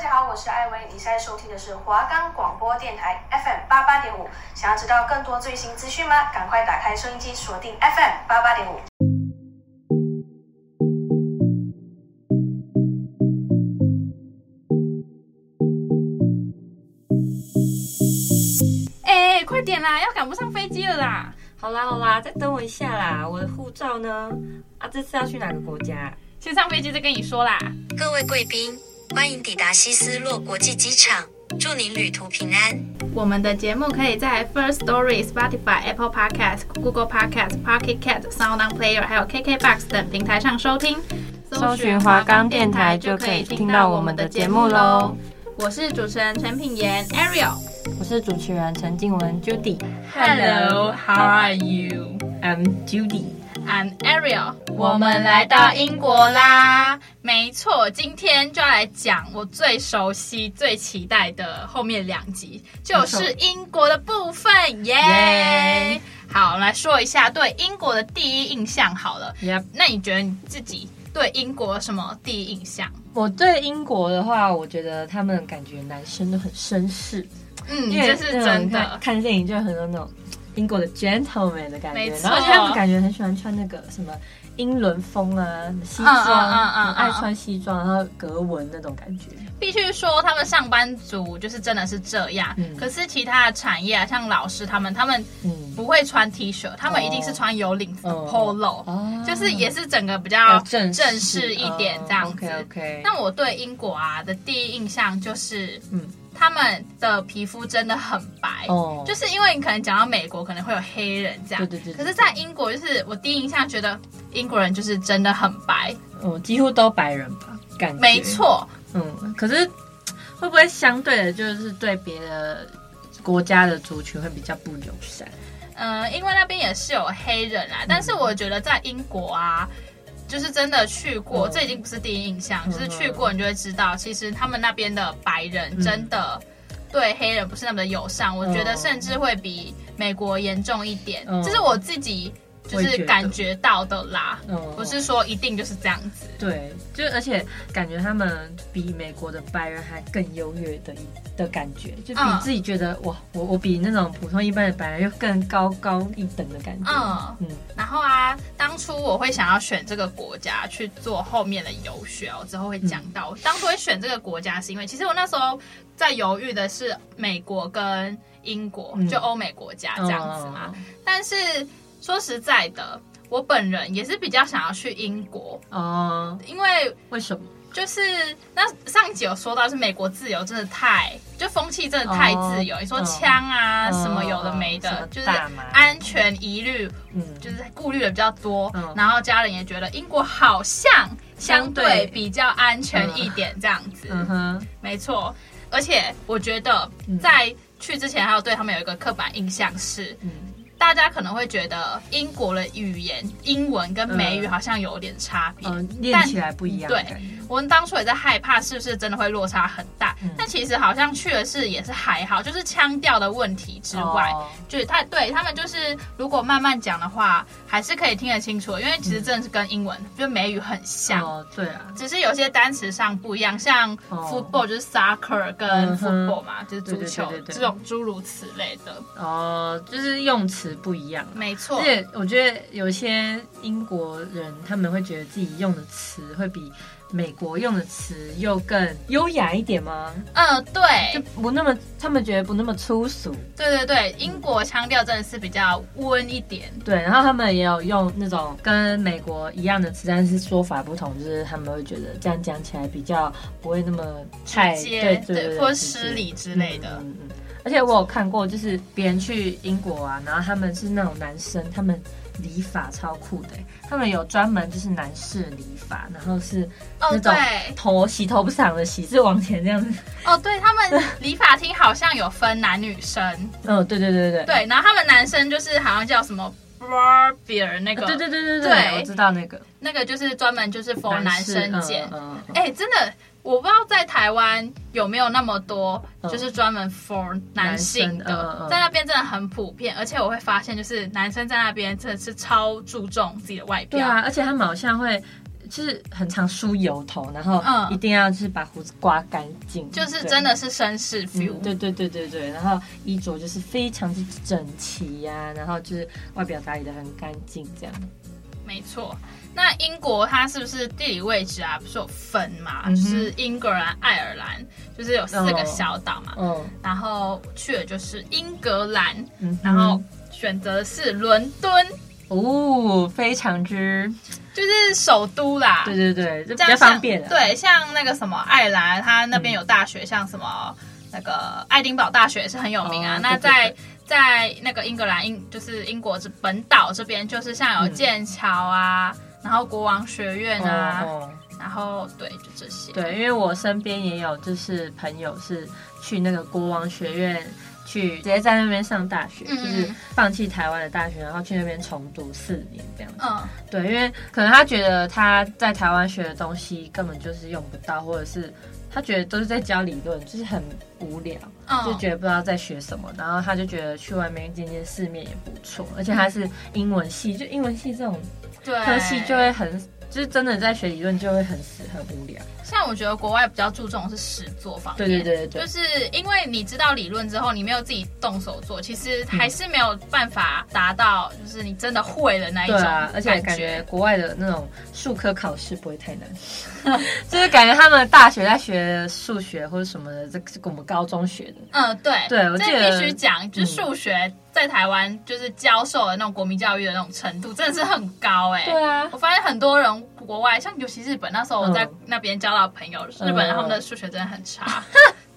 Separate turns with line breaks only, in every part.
家好，我是艾薇，你现在收听的是华冈广播电台 FM 八八点五。想要知道更多最新资讯吗？赶快打开收音机，锁定 FM 八八点五。
哎、快点啦，要赶不上飞机了啦！
好啦好啦，再等我一下啦，我的护照呢？啊，这次要去哪个国家？
先上飞机再跟你说啦。
各位贵宾，欢迎抵达希斯洛国际机场，祝您旅途平安。
我们的节目可以在 First Story、Spotify、Apple Podcast、Google Podcast、Pocket Cat、Sound On Player 还有 KKBox 等平台上收听。
搜寻华冈电台就可以听到我们的节目喽。
我是主持人陈品言 Ariel。
我是主持人陈静文 Judy。
Hello, how are you?
I'm Judy。
I'm Ariel，我们来到英国啦！没错，今天就要来讲我最熟悉、最期待的后面两集，就是英国的部分，耶、
耶
好，我们来说一下对英国的第一印象好了。
Yep
那你觉得你自己对英国有什么第一印象？
我对英国的话，我觉得他们感觉男生都很绅士，
嗯，这是真
那种
的，
看电影就很有那种英国的 gentleman 的感觉
没，错
然后他们感觉很喜欢穿那个什么英伦风啊，西
嗯
装，
嗯嗯嗯
很爱穿西装，然后格纹那种感觉。
必须说他们上班族就是真的是这样。
嗯
可是其他的产业啊，像老师他们，他们
嗯，
不会穿 T 恤，他们一定是穿有领子的 polo，、
哦
就是也是整个比
要
较
正哦
正式一点这样子。
OK OK，
那我对英国啊的第一印象就是，
嗯
嗯，他们的皮肤真的很白，
哦
就是因为你可能讲到美国可能会有黑人这样，
对对对对
可是，在英国就是我第一印象觉得英国人就是真的很白，
嗯，几乎都白人吧，感觉
没，错，
嗯，可是会不会相对的，就是对别的国家的族群会比较不友善？
嗯，因为那边也是有黑人
嗯
啦，但是我觉得在英国啊，就是真的去过，
嗯
这已经不是第一印象，
嗯
就是去过你就会知道，其实他们那边的白人
嗯哦
真的对黑人不是那么的友善，我觉得甚至会比美国严重一点，
嗯
这是我自己就
我也觉
是
得
感觉到的啦，
嗯，
不是说一定就是这样子。
对，就而且感觉他们比美国的白人还更优越的一的感觉，就比
嗯
自己觉得、哇，我我比那种普通一般的白人又更高高一等的感觉。
嗯，
嗯
然后啊，当初我会想要选这个国家去做后面的游学哦，我之后会讲到。当初会选这个国家是因为，其实我那时候在犹豫的是美国跟英国，
嗯
就欧美国家这样子嘛。
嗯
但是说实在的，我本人也是比较想要去英国，
哦、
因为
为什么？
就是那上集有说到，是美国自由真的太，就风气真的太自由。
哦
你说枪啊、
嗯
什么有的没
什
的
么，
就是
大麻
安全疑虑。
嗯，
就是顾虑的比较多，
嗯
然后家人也觉得英国好像相对比较安全一点这样子，
嗯哼，
没错。而且我觉得
嗯
在去之前，还有对他们有一个刻板印象是，
嗯
大家可能会觉得英国的语言英文跟美语
嗯
好像有点差别。
嗯，练起来不一样的
对
感觉。
我们当初也在害怕是不是真的会落差很大，
嗯
但其实好像去的是也是还好，就是腔调的问题之外，
哦
就是他对他们就是，如果慢慢讲的话，还是可以听得清楚，因为其实真的是跟英文、就美语很像，
哦，对啊，
只是有些单词上不一样，像
哦
football、就是 soccer
嗯
跟
哼
football 嘛，就是足球
对对对对对
这种诸如此类的，
哦，就是用词不一样啊。
没错
而。且我觉得有些英国人他们会觉得自己用的词会比美国用的词又更优雅一点吗？
嗯，
就
对，
不那么，他们觉得不那么粗俗。
对对对，英国腔调真的是比较温一点。
对，然后他们也有用那种跟美国一样的词，但是说法不同，就是他们会觉得这样讲起来比较不会那么太
直
对
接
对对，
或
直接
失礼之类的。
嗯嗯嗯而且我有看过，就是别人去英国啊，然后他们是那种男生，他们理发超酷的欸、他们有专门就是男士理发，然后是
哦，
那种
对，
头洗头不是躺着洗，是往前这样子。
哦，对他 们理发厅好像有分男女生。
嗯，对对对对对。
对，然后他们男生就是好像叫什么 barber 那个，
对对对对
啊对
我知道那个
那个就是专门就是 for 男
士
生剪。
嗯嗯嗯
哎、真的，我不知道在台湾有没有那么多
嗯
就是专门 for 男性
男生
的，
嗯嗯嗯
在那边真的很普遍。而且我会发现，就是男生在那边真的是超注重自己的外
对啊
表。
啊，而且他们好像会就是很常梳油头，然后
嗯
一定要就是把胡子刮干净，
就是
对
真的是绅士 feel，、
嗯对对对对对，然后衣着就是非常之整齐呀、然后就是外表打理的很干净，这样。
没错。那英国它是不是地理位置啊？不是有分嘛？
嗯哼
就是英格兰、爱尔兰，就是有四个
哦
小岛嘛。
嗯，
然后去的就是英格兰，
嗯哼
然后选择的是伦敦，
哦，非常之，
就是首都啦。
对对对，这
这样
比较
像
方便啊了。
对，像那个什么爱尔兰，它那边有大学，像什么那个爱丁堡大学也是很有名啊。
嗯哦
那
对对
在
对
在那个英格兰英就是英国这本岛这边，就是像有
嗯
剑桥啊，然后国王学院啊，
哦，哦
然后对，就这些。
对，因为我身边也有就是朋友是去那个国王学院。去直接在那边上大学，
嗯
就是放弃台湾的大学，然后去那边重读四年这样子。
嗯，
对，因为可能他觉得他在台湾学的东西根本就是用不到，或者是他觉得都是在教理论，就是很无聊，
嗯
就觉得不知道在学什么。然后他就觉得去外面见见世面也不错，而且他是英文系，就英文系这种
对，
科系就会很，就是真的在学理论就会很死很无聊。
像我觉得国外比较注重的是实作方面，
对对对对对
就是因为你知道理论之后，你没有自己动手做，其实
嗯
还是没有办法达到就是你真的会的那一
对
种
啊，而且感
感
觉国外的那种数科考试不会太难， 就是感觉他们大学在学数学或者什么的，这是我们高中学的。
嗯，对，
对我
这
记得
必须讲，就是数学在台湾就是教授的那种国民教育的那种程度，真的是很高哎、
对啊，
我发现很多人国外，像尤其日本，那时候我在
嗯
那边交到朋友，日本人他们的数学真的很差。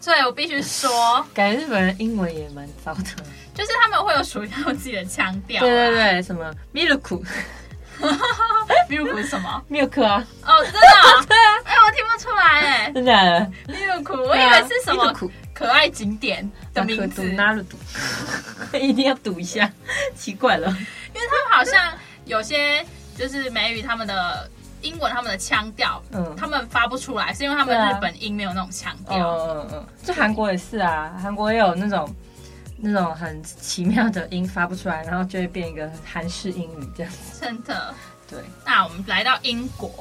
对，我必须说，
感觉日本人英文也蛮糟的。
就是他们会有属于他们自己的腔调、啊。
对对对，什么 milk
比如是什么？
milk 啊，
哦，真的、哦？对啊。哎、我听不出来哎。
真的假的？啊
米鲁苦，我以为是什么
苦
可爱景点的名字，因为
纳鲁赌， 一定要赌一下，奇怪了。
他们好像有些就是美语他们的英文他们的腔调，
嗯
他们发不出来，是因为他们
对啊
日本音没有那种腔
嗯
调。
嗯嗯，就韩国也是啊，韩国也有那种那种很奇妙的音发不出来，然后就会变一个韩式英语这样子。
真的。
对
那我们来到英国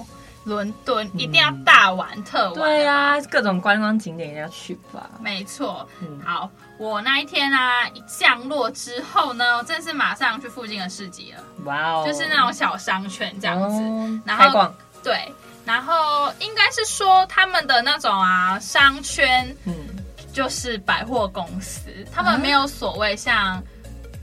伦敦，一定要大玩特玩。
对啊，各种观光景点一定要去吧。
没错，
嗯
好，我那一天啊一降落之后呢，我真是马上去附近的市集了，
哇哦，
就是那种小商圈这样子。
哦
然后
开逛，
对，然后应该是说他们的那种啊商圈
嗯，
就是百货公司，他们没有所谓像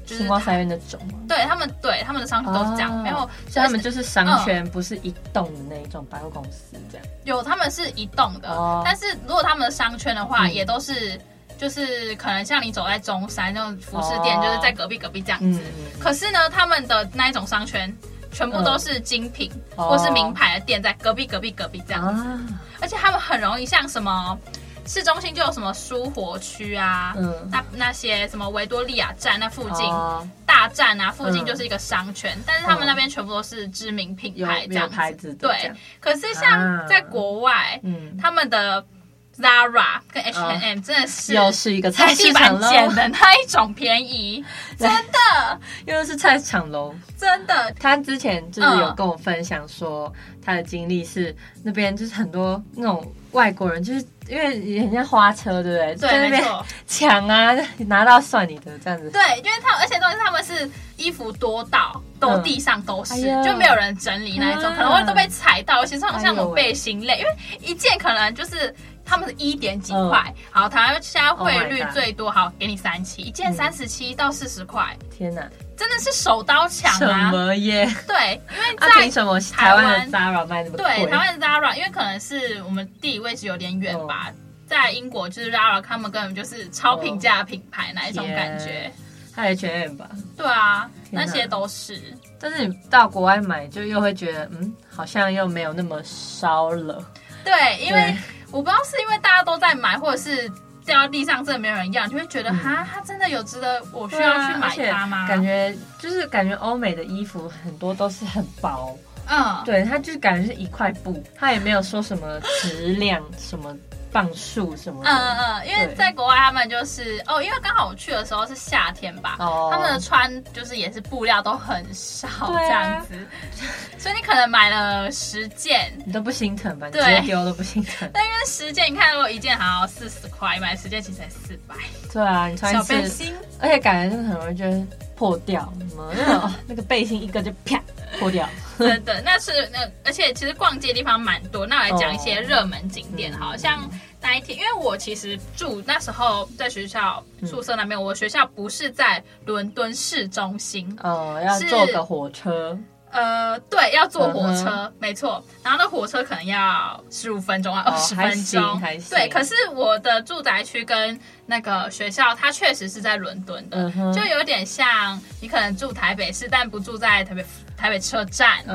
就是
啊星光三院那种吗。
对他们对他们的商圈都是这嗯样，
哦
没有
所以他们就是商圈，不是一栋的那一种百货公司这样。
有他们是移动的，
哦
但是如果他们的商圈的话，
嗯
也都是就是可能像你走在中山那种服饰店，
哦
就是在隔壁隔壁这样
嗯
子。，可是呢，他们的那一种商圈。全部都是精品、
嗯哦
或是名牌的店，在隔壁隔壁隔壁这样子
啊，
而且他们很容易像什么市中心就有什么舒活区啊，
嗯
那那些什么维多利亚站那附近、
哦
大站啊，附近
嗯
就是一个商圈，但是他们那边全部都是知名品
有
牌这
有
样
牌子的这
对
样，
可是像
啊
在国外，
嗯，
他们的 Zara 跟 H&M 真的是
又是一个
在
菜
地
市
板
场喽，
捡的那一种便宜， 真的
又是菜市场喽。
真的
他之前就是有
嗯
跟我分享说，他的经历是那边就是很多那种外国人，就是因为人家花车，对不对？就在
对，
那
没
边
错。
抢啊，拿到算你的这样子。
对，因为他们，而且重点是他们是衣服多到都
嗯
地上都是，
哎呀
就没有人整理那一种，
啊
可能会都被踩到。尤其是像
哎呦
像那种
喂
背心类，因为一件可能就是他们是一点几块，好，台湾现在汇率
嗯 Oh my god
最多，好，给你三七，一件
嗯
三十七到四十块，
天哪，
真的是手刀抢
什
啊！
么耶？
对，因为
啊，凭
在。
什么
台
台
湾
湾的 Zara 卖那么贵？
对，台湾的 Zara，因为可能是我们地理位置有点远吧，
嗯
在英国就是 Zara，他们根本就是超平价的品牌那一种感觉
天。他也 H&M 吧？
对啊，
天
那
哪
些都是。
但是你到国外买，就又会觉得，嗯，好像又没有那么烧了。
对，因为
对
我不知道是因为大家都在买，或者是掉到地上真的没有人要，你就会觉得哈、它真的有值得我需要去买它吗？
嗯啊感觉就是感觉欧美的衣服很多都是很薄，
嗯，
对，它就是感觉是一块布，它也没有说什么质量什么磅数什么的。
嗯嗯嗯，因为
对
在国外他们就是哦，因为刚好我去的时候是夏天吧，
哦
他们的穿就是也是布料都很少
对啊
这样子，所以你可能买了十件。
你都不心疼吧？你直
对
接丢都不心疼。
但因为十件，你看如果一件好像四十块，买十件其实才四百，
对啊，你穿一
小
次，
背心。
而且感觉就很容易就会破掉，什么那种那个背心一个就啪破掉。
真的，那是那，而且其实逛街地方蛮多。那我来讲一些热门景点，
哦
好像那一天，因为我其实住那时候在学校宿舍那边，我学校不是在伦敦市中心，
哦，要
是
坐个火车，
呃，对，要坐火车，
嗯
没错。然后那火车可能要十五分钟啊，
哦
二十
还
分
行
钟
还。行
对，可是我的住宅区跟那个学校，它确实是在伦敦的，
嗯哼
就有点像你可能住台北市，但不住在台北台北车站的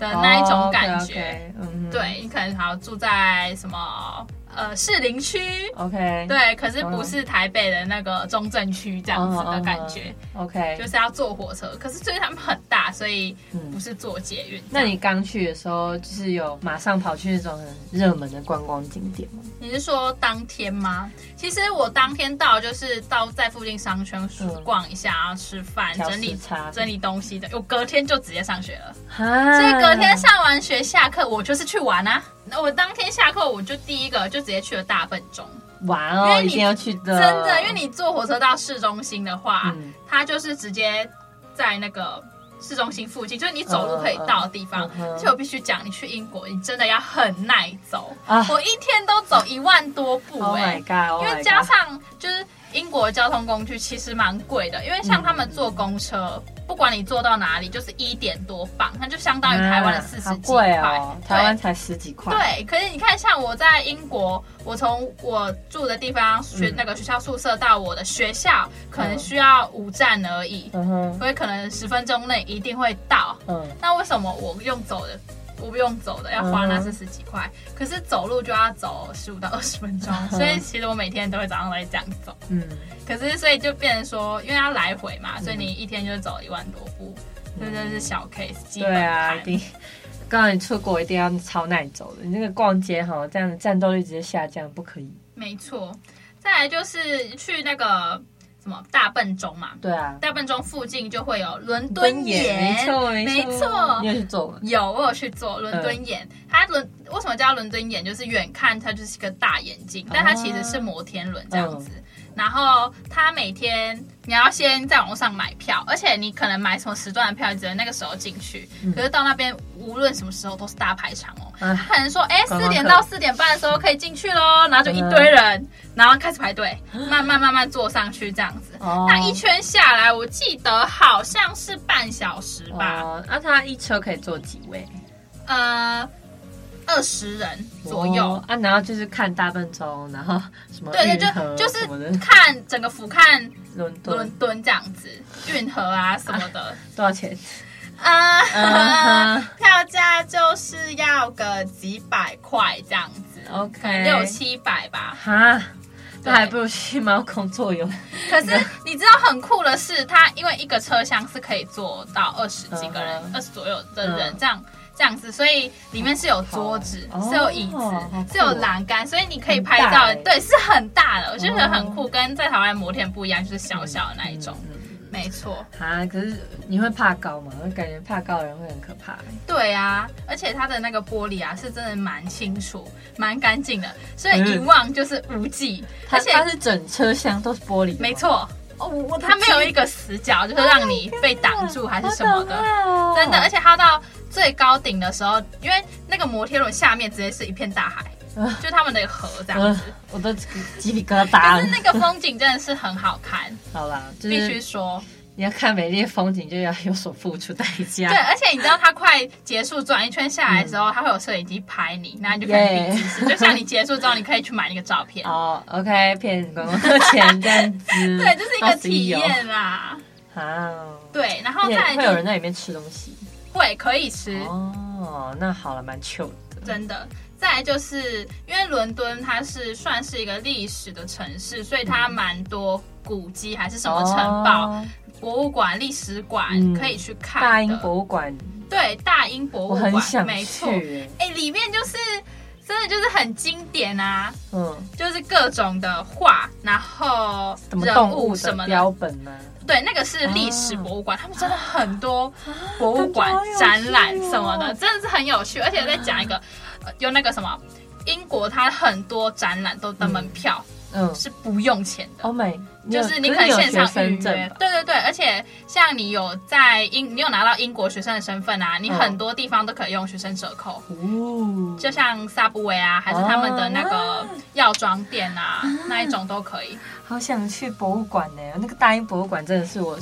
嗯，
那一种感觉。
OK，嗯哼，
对你可能还要住在什么呃士林区，
，OK，
对，可是不是台北的那个中正区这样子的感
嗯
觉，
，OK，
就是要坐火车。可是最近他们很大，所以不是坐捷运。
那你刚去的时候，就是有马上跑去那种很热门的观光景点吗？
你是说当天吗？其实我当天到就是到在附近商圈
嗯
逛一下，然后吃饭、
挑
整理
时差
整理东西的。我隔天就直接上学了。
啊，
所以隔天上完学下课，我就是去玩啊。那我当天下课，我就第一个就直接去了大笨钟。
玩
因
哦，
为你
一定要去的，
真的，因为你坐火车到市中心的话，
嗯
它就是直接在那个市中心附近，就是你走路可以到的地方。
嗯嗯嗯
而且我必须讲，你去英国，你真的要很耐走。
啊
我一天都走一万多步
，Oh
哎、
my God，Oh
因为
my God，
加上就是英国的交通工具其实蛮贵的，因为像他们坐公车。不管你坐到哪里，就是一点多磅，那就相当于台湾的
啊
四
好
十几
贵
块。
哦，
对
台湾才十几块，，
对，可是你看，像我在英国，我从我住的地方学、
嗯
那个学校宿舍到我的学校，可能
嗯
需要五站而已，
嗯哼，
所以可能十分钟内一定会到。
嗯，
那为什么我用走的，我不用走的要花
嗯
那四十几块，可是走路就要走十五到二十分钟，所以其实我每天都会早上都会这样走。
嗯，
可是所以就变成说，因为要来回嘛，所以你一天就走一万多步，这真的是小 case 基本
对啊，
盘。
一定。刚刚你出国一定要超耐走的，你那个逛街哈，这样的战斗力直接下降，不可以。
没错，再来就是去那个什么大笨钟嘛，
对啊，
大笨钟附近就会有伦
蹲
敦
眼，
眼，
没错
没
错，
错
你有去做吗？
有，我有去做伦敦眼，它伦为什么叫伦敦眼？就是远看它就是一个大眼睛，但它其实是摩天轮这样子。然后它每天你要先在网络上买票，而且你可能买什么时段的票，你只能那个时候进去。可是到那边无论什么时候都是大排场哦。
啊
他可能说，哎，
观光
四
客
点到四点半的时候可以进去喽，然后就一堆人，然后开始排队，慢慢慢慢坐上去这样子。
哦
那一圈下来，我记得好像是半小时吧。
哦，那、他一车可以坐几位
呃二十人左右。
哦啊？然后就是看大笨钟，然后什么
对对，
运河
就就
什么
是
的，
看整个俯瞰
伦
伦
敦
敦这样子，运河啊什么的
多少钱？
啊，
嗯 哼
票价就是要个几百块这样子
OK
可能六七百吧。
哈，
对
那还不如去猫空坐游。
可 是你知道很酷的是，它因为一个车厢是可以坐到二十几个人
嗯，
二十、左右的人、
嗯
这样。这样子，所以里面是有桌子，
好酷哦
是有椅子，
好酷哦
是有栏杆，所以你可以
很大
拍照。
欸哦
对，是很大的，我就觉得很酷，跟在台湾摩天不一样，就是小小的那一
嗯
种。没错，
啊，可是你会怕高吗？我感觉怕高的人会很可怕、
对啊，而且它的那个玻璃啊，是真的蛮清楚、蛮干净的，所以一望就是无际。
它
而且
它是整车厢都是玻璃的吗，
没错，
哦，我我
它没有一个死角，就是让你被挡住还是什么的。
的
真的，而且它到最高顶的时候，因为那个摩天轮下面直接是一片大海，
啊
就他们的河这样
嗯
子。，
我都鸡皮疙瘩
但是
了。
那个风景真的是很好看，
好啦，就
必须
是
说。
你要看美丽的风景，就要有所付出代价。
对，啊而且你知道它快结束转一圈下来的时候，它会有摄影机拍你，那你就可以比姿势，就像你结束之后，你可以去买那个照片。
哦、o k 骗观光客钱这样子，
对，就是一个
到此
体
游
验啦。
啊。
对，然后
而且
再来
会有人
就嗯
在里面吃东西
会可以吃，
哦，那好了，蛮 chill 的。
真的。再来就是因为伦敦它是算是一个历史的城市，所以它蛮多古迹还是什么城堡、
哦
博物馆、历史馆、
嗯
可以去看的。
大英博物馆，
对大英博物
我
馆
很，想
没
去
错。
欸。
哎，里面就是真的就是很经典啊，
嗯，
就是各种的画，然后
什么
人
动
物
物
什么的，
的标本啊呢？
对，那个是历史
啊
博物馆，他们真的很多博物馆
感觉啊好有趣哦
展览
啊
什么的，真的是很有趣。而且我再讲一个，呃有那个什么，英国它很多展览都的门票
嗯
是不用钱的。
，Oh my，
就是你
有
可能
有
线上
学生
预
证
约
吧，
对对对，而且像你有在英，你有拿到英国学生的身份啊，你
嗯
很多地方都可以用学生折扣，
哦，
就像 Subway 啊，还是他们的那个药妆店啊，那一种都可以。
好想去博物馆呢、那个大英博物馆真的是我，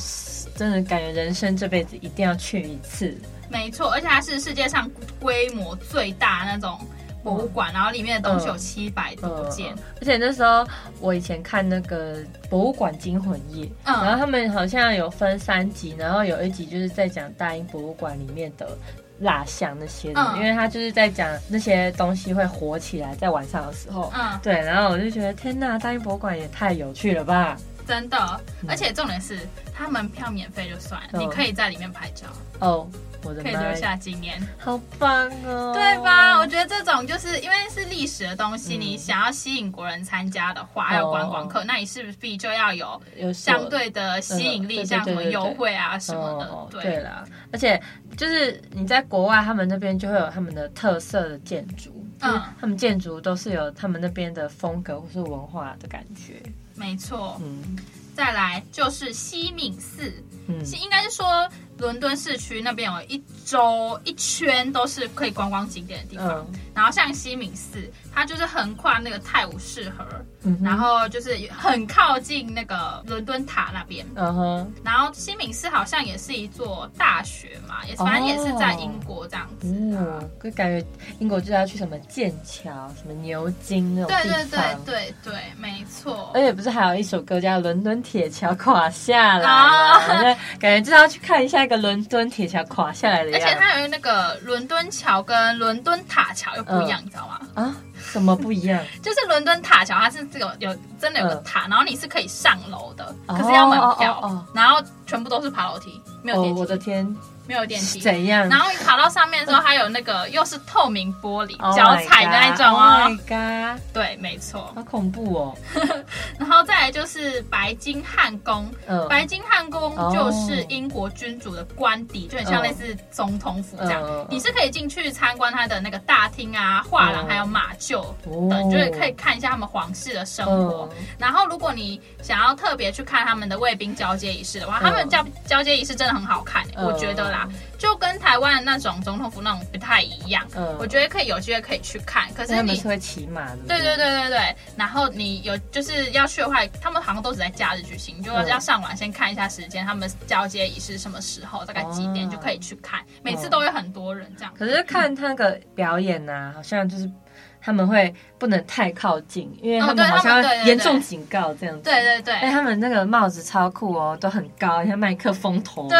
真的感觉人生这辈子一定要去一次。
没错，而且它是世界上规模最大那种博物馆，然后里面的东西有七百多件。
呃而且那时候我以前看那个《博物馆惊魂夜》
嗯
然后他们好像有分三集，然后有一集就是在讲大英博物馆里面的蜡像那些的，
嗯
因为他就是在讲那些东西会火起来，在晚上的时候。
嗯，
对，然后我就觉得天呐，大英博物馆也太有趣了吧！
真的，而且重点是，它门票免费就算，
嗯
你可以在里面拍照，
哦，我的
可以
妈
留
呀，
下纪念，
好棒哦！
对吧？我觉得这种就是因为是历史的东西，
嗯
你想要吸引国人参加的
哦
话，还有观光客，那你势必就要有
有所
相对的吸引力，
嗯对对
像什么
对对对
优惠啊什
哦
么的，
对。啦，而且就是你在国外，他们那边就会有他们的特色的建筑，
嗯
嗯，他们建筑都是有他们那边的风格或是文化的感觉，
没错，
嗯
再来就是西敏寺，
嗯
是应该是说伦敦市区那边有一周一圈都是可以观光景点的地方，
嗯
然后像西敏寺，它就是横跨那个泰晤士河，
嗯哼
然后就是很靠近那个伦敦塔那边。
嗯哼，
然后西敏寺好像也是一座大学嘛，也是反正也是在英国这样子啊、
嗯，就感觉英国就是要去什么剑桥、什么牛津那种
对
哦地
对
方，哎
对对对，没错
而。且不是还有一首歌叫《伦敦铁桥垮下来》
啊
啊，那感觉就是要去看一下一个伦敦铁桥垮下来的
而
样
且
子
它有那个伦敦桥跟伦敦塔桥又不一样，你知道吗？
啊，怎么不一样？
就是伦敦塔桥，它是这个有真的有个
嗯
塔，然后你是可以上楼的，
哦
可是要门票，
哦哦
然后全部都是爬楼梯， 没有
哦，
电梯，
我的天，
没有电梯。
怎样？
然后你爬到上面的时候，还有那个又是透明玻璃
Oh my
脚踩的那种
god，Oh
哦，
Oh my god，
对，没错。
好恐怖哦！
然后再来就是白金汉宫，
嗯，
白金汉宫
哦
就是英国君主的官邸，就很像类似总统府这样
嗯嗯嗯。
你是可以进去参观它的那个大厅啊、画廊，
嗯
还有马厩
哦
等，就是可以看一下他们皇室的生活。
嗯
然后，如果你想要特别去看他们的卫兵交接仪式的话，他们交交接仪式真的很好看、
嗯
我觉得啦，就跟台湾那种总统府那种不太一样。
嗯
我觉得可以有机会可以去看，可
那
是
他们
你
是会骑马的，
对对对，对对，然后你有就是要去的话，他们好像都只在假日举行，你就
嗯
要上网先看一下时间，他们交接仪式什么时候，大概几点
哦嗯
就可以去看，每次都会很多人这样。
可是看他那个表演呐，好像就是他们会不能太靠近，因为
哦
他
对
们好
他
像
们对对
严重
对
警告这样子。
对对对
哎，他们那个帽子超酷哦，都很高，像麦克风头。
对。，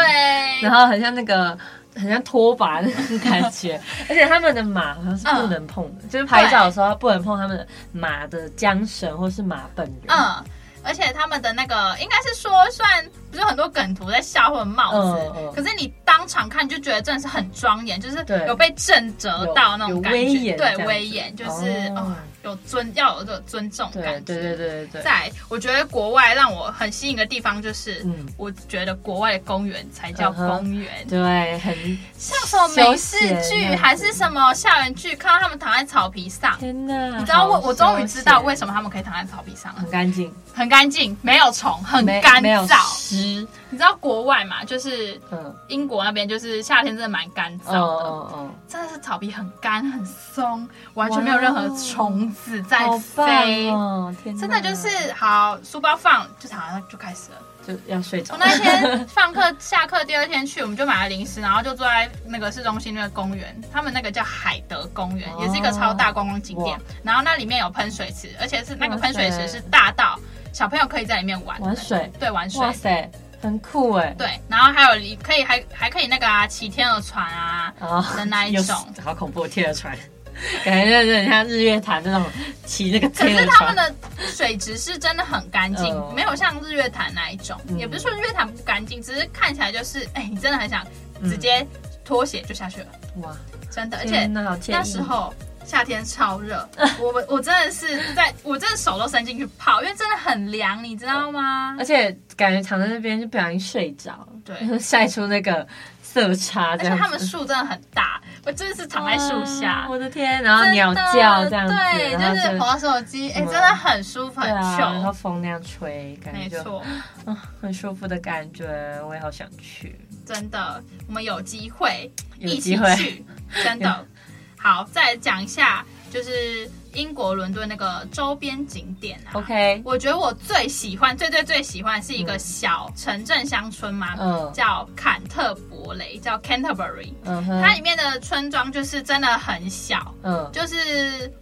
然后很像那个。很像拖把那种感觉，而且他们的马好像是不
嗯
能碰的，就是拍照的时候不能碰他们的马的缰绳或是马本人。
嗯。而且他们的那个应该是说，虽然不是很多梗图在笑或者帽子，
嗯嗯
可是你当场看就觉得真的是很庄严，就是
对
有被震折到那种
有有
感觉，
威严这样子
对威严，就是
哦
哦有尊要有这种尊重
对
感觉。
对对对对对，
在我觉得国外让我很吸引的地方就是，
嗯
我觉得国外的公园才叫
嗯哼
公园。
对很
像什么美式
休闲
剧
那
还
样子
是什么校园剧，看到他们躺在草皮上，
天啊哪！
你知道我我终于知道为
么
什么他们可以躺在草皮上了
很，干净，
很干净，没有虫，很
没
干
没有
燥。
湿，
你知道国外嘛，就是
嗯
英国那边，就是夏天真的蛮干燥
哦
的，
哦
真的是草皮很干很松，完全没有任何
哇
虫子
哦，
在
好
飞。
棒哦！天哪，
真的就是好，书包放就躺在那就开始了。
就要睡着
我。那 天上课下课第二天去，我们就买了零食，然后就坐在那个市中心那个公园，他们那个叫海德公园，
哦
也是一个超大观光景点
哇。
然后那里面有喷水池，而且是那个
哇
喷
塞
水池是大到小朋友可以在里面玩，
玩水，
对，玩水
哇。塞，很酷哎！
对，然后还有你可以还还可以那个啊，骑天鹅船啊，
哦
的那一
有
种
好恐怖，贴了船， 感觉就是很像日月潭那种骑那个
可
天
是
鹅
他们
船。
的水质是真的很干净，
嗯
没有像日月潭那一种，
嗯
也不是说日月潭不干净，只是看起来就是，哎、你真的很想直接脱鞋就下去了，
哇，
真的。而且
嗯天哪，好惬意
那时候夏天超 热，我们我真的是在，我真的手都伸进去泡，因为真的很凉，你知道吗
而？且感觉躺在那边就不小心睡着 了，
对
然后晒出那个色差
而
这
且
样子。
他们树真的很大，我真的是躺在树下
啊，我的天！然后鸟
真的
叫这样子，
对，
然后
就是滑手机，哎、
嗯
真的很舒服，
对
很
啊，然
秀。
后风那样吹，感
没
觉就
错，
很舒服的感觉，我也好想去。
真的，我们有机会
有
一起
机会
去，真 的。好，再来讲一下，就是英国伦敦那个周边景点啊。
OK，
我觉得我最喜欢、最最最喜欢是一个
嗯
小城镇乡村嘛，
嗯
叫坎特伯雷，叫 Canterbury。
嗯
它
哼，
里面的村庄就是真的很小，
嗯，
就是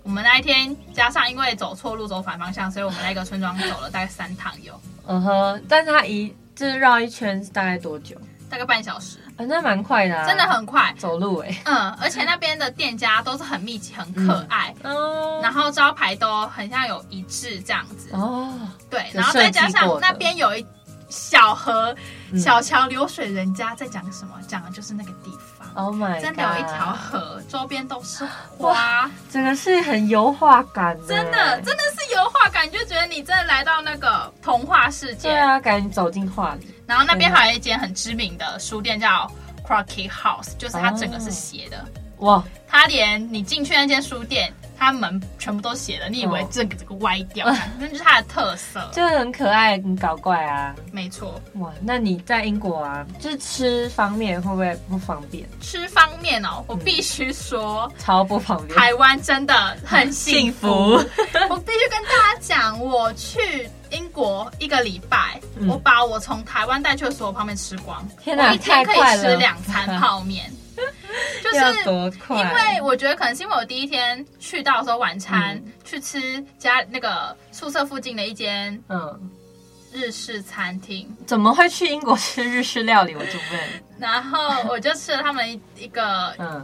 我们那一天加上因为走错路、走反方向，所以我们那个村庄走了大概三趟有，
嗯哼，但是它一就是绕一圈大概多久？
大概半小时，
啊，那蛮快的、啊，
真的很快。
走路哎、欸。
嗯，而且那边的店家都是很密集、很可爱，
哦
然后招牌都很像有一致这样子。
哦，
对，
有
然后再
设计
加上
过的
那边有一小河、
嗯
小桥流水人家在讲什么？讲的就是那个地方。
Oh my god！
真的有一条河，周边都是花，
整个是很油画感欸，
真的真的是油画感，你就觉得你真的来到那个童话世界。
对啊，赶紧走进画里。
然后那边还有一间很知名的书店叫 Crocky House，就是它整个是斜的，
哇，
它连你进去那间书店，它门全部都斜的，你以
哦
为这个这个歪 掉，那就是它的特色。
就很可爱，很搞怪啊！
没错，
哇，那你在英国啊，就是吃方面会不会不方便？
吃方面哦，我必
嗯
须说。
超不方便。
台湾真的很幸福，
幸
我必须跟大家讲，我去英国一个礼拜，
嗯
我把我从台湾带去的所有泡面吃光，
天哪
我一天可
太快
以
了
吃两餐泡 面，就是
要多
因
快？
为我觉得可能是因为我第一天去到的时候，晚餐、
嗯
去吃家那个宿舍附近的一间
嗯，
日式餐厅，
怎么会去英国吃日式料理？我就问。
然后我就吃了他们一一个
嗯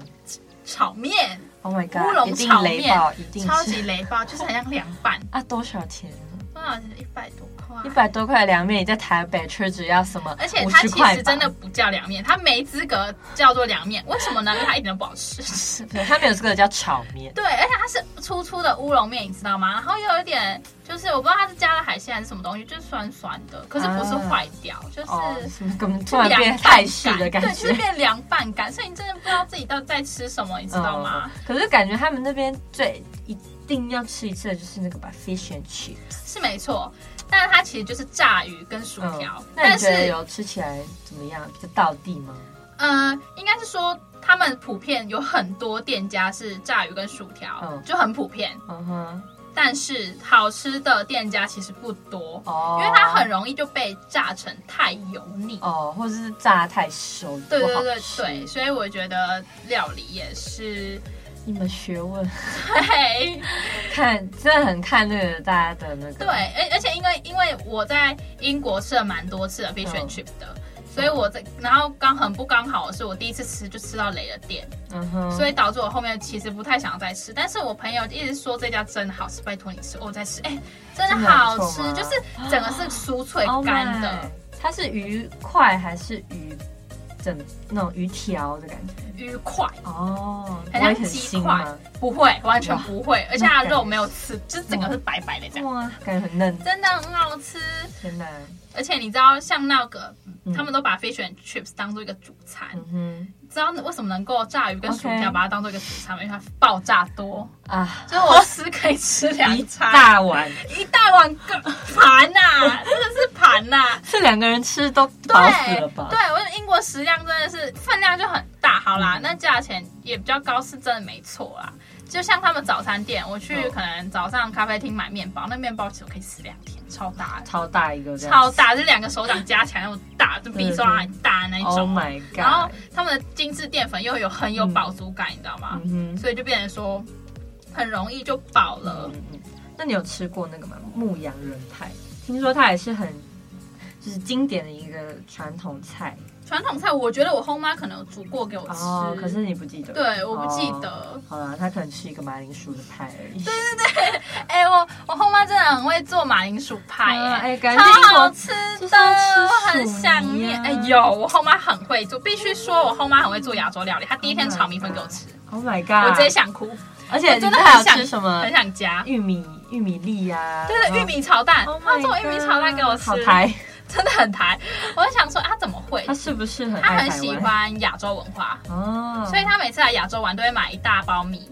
炒面，
，Oh my
乌
god，
龙
一
炒
定雷
面
爆，一，定
超
是
级雷包，就是很像凉拌，
啊！多少钱？
多少钱？一百多块。
一百多块的凉面，你在台北吃只要什么？
而且它
50
其
块
实
吧
真的不叫凉面，它没资格叫做凉面，为什 么呢？因为它一点都不好吃。
对，它没有这个叫炒面。
对，而且它是粗粗的乌龙面，你知道吗？然后又有一点，就是我不知道它是加了海鲜还是什么东西，就是酸酸的，可是不是坏掉，就是。
啊哦，什么么突
凉拌
然变泰式的感
对， 就是
觉，
变凉拌感，所以你真的不知道自己到底在吃什么，你知道吗？
嗯？可是感觉他们那边最一定要吃一次的就是那个吧，fish and chip。
是没错，但是它其实就是炸鱼跟薯条，
嗯那你
但
觉得
是
有吃起来怎么样？比较道地吗？
嗯，应该是说他们普遍有很多店家是炸鱼跟薯条，
嗯
就很普遍，
嗯哼，
但是好吃的店家其实不多，
哦，
因为它很容易就被炸成太油腻。
哦，或者是炸得太熟，
对
不
对
好
对
吃
对，，所以我觉得料理也 是，
一门学问，
对
看真的很看那个大家的那个
对，而而且因为因为我在英国吃了蛮多次的
嗯
fish and chip 的，所以我在然后刚很不刚好的是我第一次吃就吃到雷了店，
嗯哼，
所
以
以导致我后面其实不太想再吃，但是我朋友一直说这家真的好吃，拜托你吃，我再吃，哎、真的好吃
真，
就
的不错吗
是
哦
整个是酥脆干的。
它是鱼块还是鱼整那种鱼条的感觉？
鱼块，
哦，
很
不会
像鸡
腥
块
吗？，
不会，完全
哇
不会，而且它的肉没有刺，就是整个是白白的这样，
哇，感觉很嫩，
真的很好吃。
天哪！
而且你知道，像那个
嗯
他们都把 fish and chips 当做一个主餐，
嗯
知道为什么能够炸鱼跟薯条
OK
把它当做一个主餐吗？因为它爆炸 多，
哼啊，
就是我吃可以吃两
一
餐，
大碗，
一大碗个盘呐、真的是盘呐、
这两个人吃都
对
饱死了吧？
对，我觉得英国食量真的是分量就很大。好
嗯
啦，那价钱也比较高，是真的没错啦。就像他们早餐店，我去
嗯
可能早上咖啡厅买面包，那面包其实我可以吃两天，超大的，
超大一个这样，
超大，就两个手掌加起来那么大，就比手掌还大那一
，Oh
种。
my
然后
god！
他们的精致淀粉又有很有饱足感，你知道吗？
嗯哼
所以就变成说很容易就饱了。
嗯嗯，那你有吃过那个吗？牧羊人派，听说它也是很就是经典的一个传统菜
传统菜，我觉得我后妈可能有煮过给我吃，
哦，可是你不记得？
对我不记得。
哦好啦，它可能是一个马铃薯的派而已。
哎、我我后妈真的很会做马铃薯派、
啊
哎、
哎感
超
觉
好吃
就是
的，
要吃
我很
薯泥
想念。
啊
哎、有我后妈很会做，必须说我后妈很会做亚洲料理。她第一天
Oh my
炒米粉给我吃
Oh my god！
我直接想哭。
而且
我
你
真
们
的
还
很
有
想
吃什么哦
很想 夹。
玉米玉米粒呀，
对对，玉米炒蛋，
然后。
他
Oh my
做玉米炒蛋给我
god，
吃，
好台，
真的很台。我就想说啊，怎么会
他？是不是很
他
爱
很
台
喜
湾
欢亚洲文化，
哦，
所以他每次来亚洲玩都会买一大包米，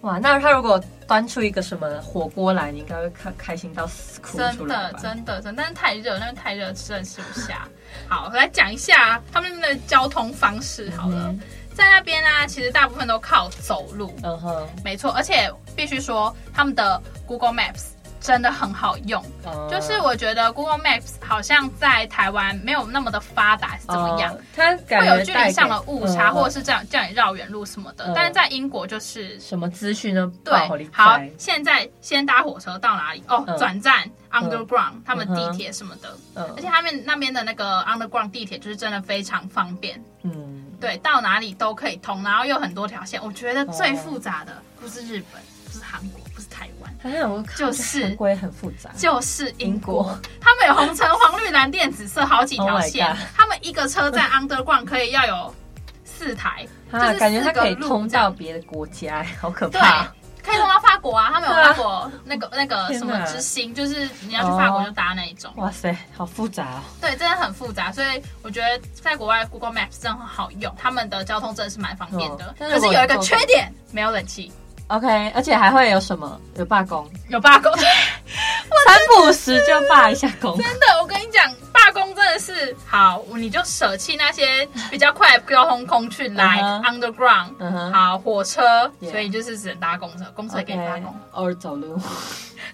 哇，那他如果端出一个什么火锅来，你应该会开开心到死哭出
真
来
的
吧？
真的真的，但是太热，那边太热，真的吃不下。好，我来讲一下他们的交通方式好了，
嗯
在那边啊，其实大部分都靠走路，
嗯哼，
没错，而且必须说他们的 Google Maps 真的很好用。
嗯
就是我觉得 Google Maps 好像在台湾没有那么的发达，是怎么样？
哦他感
会
觉
有距离
带给
上的误差，
嗯
或者是这样叫你绕远路什么的。
嗯
但是在英国就是
什么资讯呢？爆
对
力，
好
在，
现在先搭火车到哪里？哦
嗯，
转站 Underground，他们
嗯
地
哼
铁什么的，而且
嗯
他们那边的那个 Underground 地铁就是真的非常方便，
嗯，
对，到哪里都可以通，然后有很多条线。我觉得最
哦
复杂的不是日本，不是韩国，不是台湾。
还有我靠
就是
韩国也很复杂，
就是英国，
英国
他们有红橙黄绿蓝靛紫色好几条
Oh my
线
God
他们一个车站 Underground 可以要有四台，
啊，
就是
感觉
四
它
个
可以
路
通
这样
到别的国家， 好可
对
怕。，
可以通到法国啊，他们有
对啊
法国那个那个
天
什么
哪
之星，就是你要去法国就搭那一种。
哇塞，好复杂哦！
对，真的很复杂，所以我觉得在国外 Google Maps 真的很好用，他们的交通真的是蛮方便的
嗯。但是
可是
我
有一个
做
缺点，没有冷气，
OK，而且还会有什么？有罢工，
有罢工。
三不五时就罢一下工。
真的，我跟你讲，罢工真的是好，你就舍弃那些比较快的交通工具来
嗯哼
underground，、
嗯哼
好火车
Yeah
所以你就是只能搭公车，公车给你罢工
OK，偶尔走路，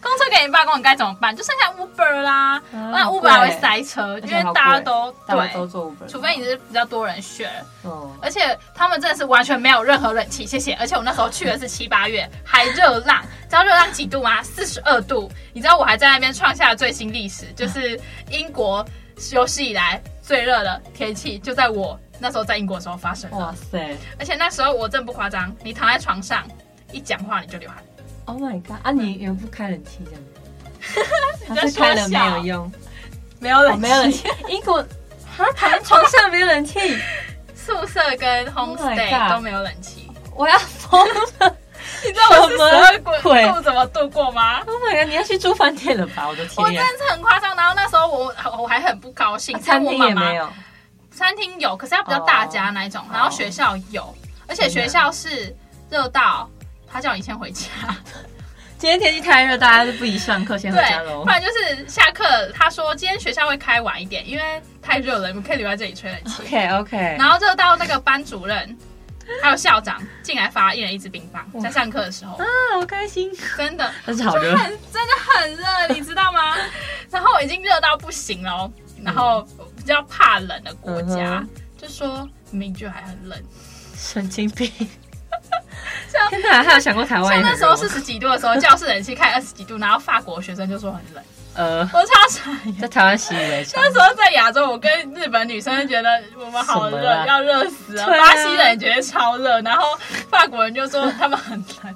公车给你罢工，你该怎么办？就剩下 Uber 啦，
嗯
那
好
Uber 还会
贵
塞车，因
且
为
好
大家
贵
都
大家都
对，
做 Uber，
除非你是比较多人选，
哦，
而且他们真的是完全没有任何冷气，谢谢。而且我那时候去的是七八月，还热浪，知道热浪几度吗？四十二度。你知道我还在那边创下了最新历史，就是英国有史以来最热的天气，就在我那时候在英国的时候发生的。
哇塞
而且那时候我真不夸张，你躺在床上一讲话你就流汗，
，Oh my god！啊，你也不开冷气这 样？
你
他
在
是开了
说
没
笑
有用，
没有
哦，没有冷 气。英国，他躺在床上没有冷 气，
宿舍跟 homestay
God
都没有冷气。
我要疯了
你知道我是十二
什么鬼
鬼度怎么度过吗？
！Oh my god！你要去住饭店了吧？我的
我
天
真
呀！啊
的是很夸张，然后那时候我 我还很不高兴，
餐厅
因为
也
我妈妈
没，有，哦
餐厅有，可是它比较大家那一种，然后学校有，而且学校是热到他叫你先回家，
今天天气太热，大家就不宜上课，先回家
对，
喽
不。然就是下课他说今天学校会开晚一点，因为太热了，你们可以留在这里吹冷 气，
OK OK，
然后热到那个班主任还有校长进来发一人一支冰棒，在上课的时候，
啊，好开心，
真的。
但是好热
就。很真的很热，你知道吗？ 然后已经热到不行了，哦然后比较怕冷的国家、
嗯嗯哼
就说明就还很冷，
神经病！
像
天哪，还有想过台湾
像
也很热吗？
那时候四十几度的时候，教室冷气开二十几度，然后法国学生就说很冷，
呃，
我超傻眼。
在台湾习以为常
那。时候在亚洲，我跟日本女生就觉得我们好
什
热，
么啊
要热死了。
对啊
巴西人觉得超热，然后法国人就说他们很冷，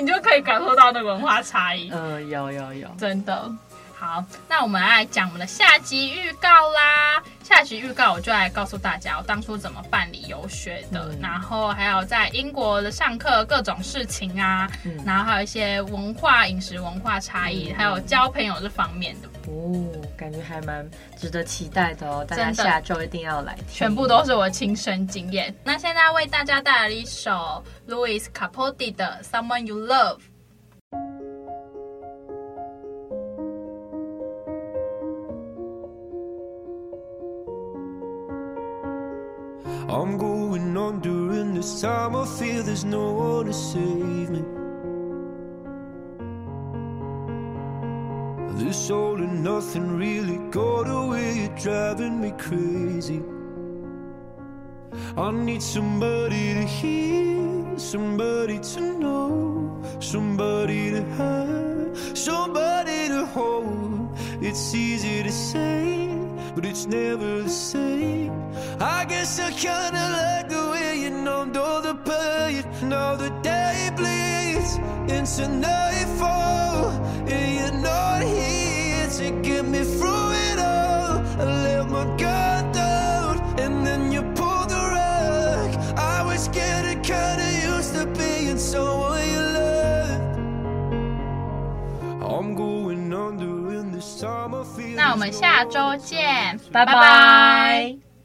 你就可以感受到那个文化差异。
呃，有有有，
真的。好，那我们来讲我们的下集预告啦。下集预告我就来告诉大家我当初怎么办理游学的，
嗯
然后还有在英国的上课各种事情啊，
嗯
然后还有一些文化、饮食文化差异，
嗯
还有交朋友这方面的，
哦，感觉还蛮值得期待的哦。大
真
家
的
下周一定要来听，
全部都是我亲身经验。那现在为大家带来一首 Louis Capaldi 的《Someone You Love》。
I'm going on during this time. I feel there's no one to save me. This all and nothing really got away. You're driving me crazy. I need somebody to hear, somebody to know, somebody to have, somebody to hold. It's easy to say, but it's never the same. I guess I kinda like the way you numbed all the pain. Now the day bleeds into nightfall, and you're not here to get me through it all. I let my guard down, and then you pulled the rug. I was getting kinda used to being someone you love.
们下周见，
拜
拜拜
拜。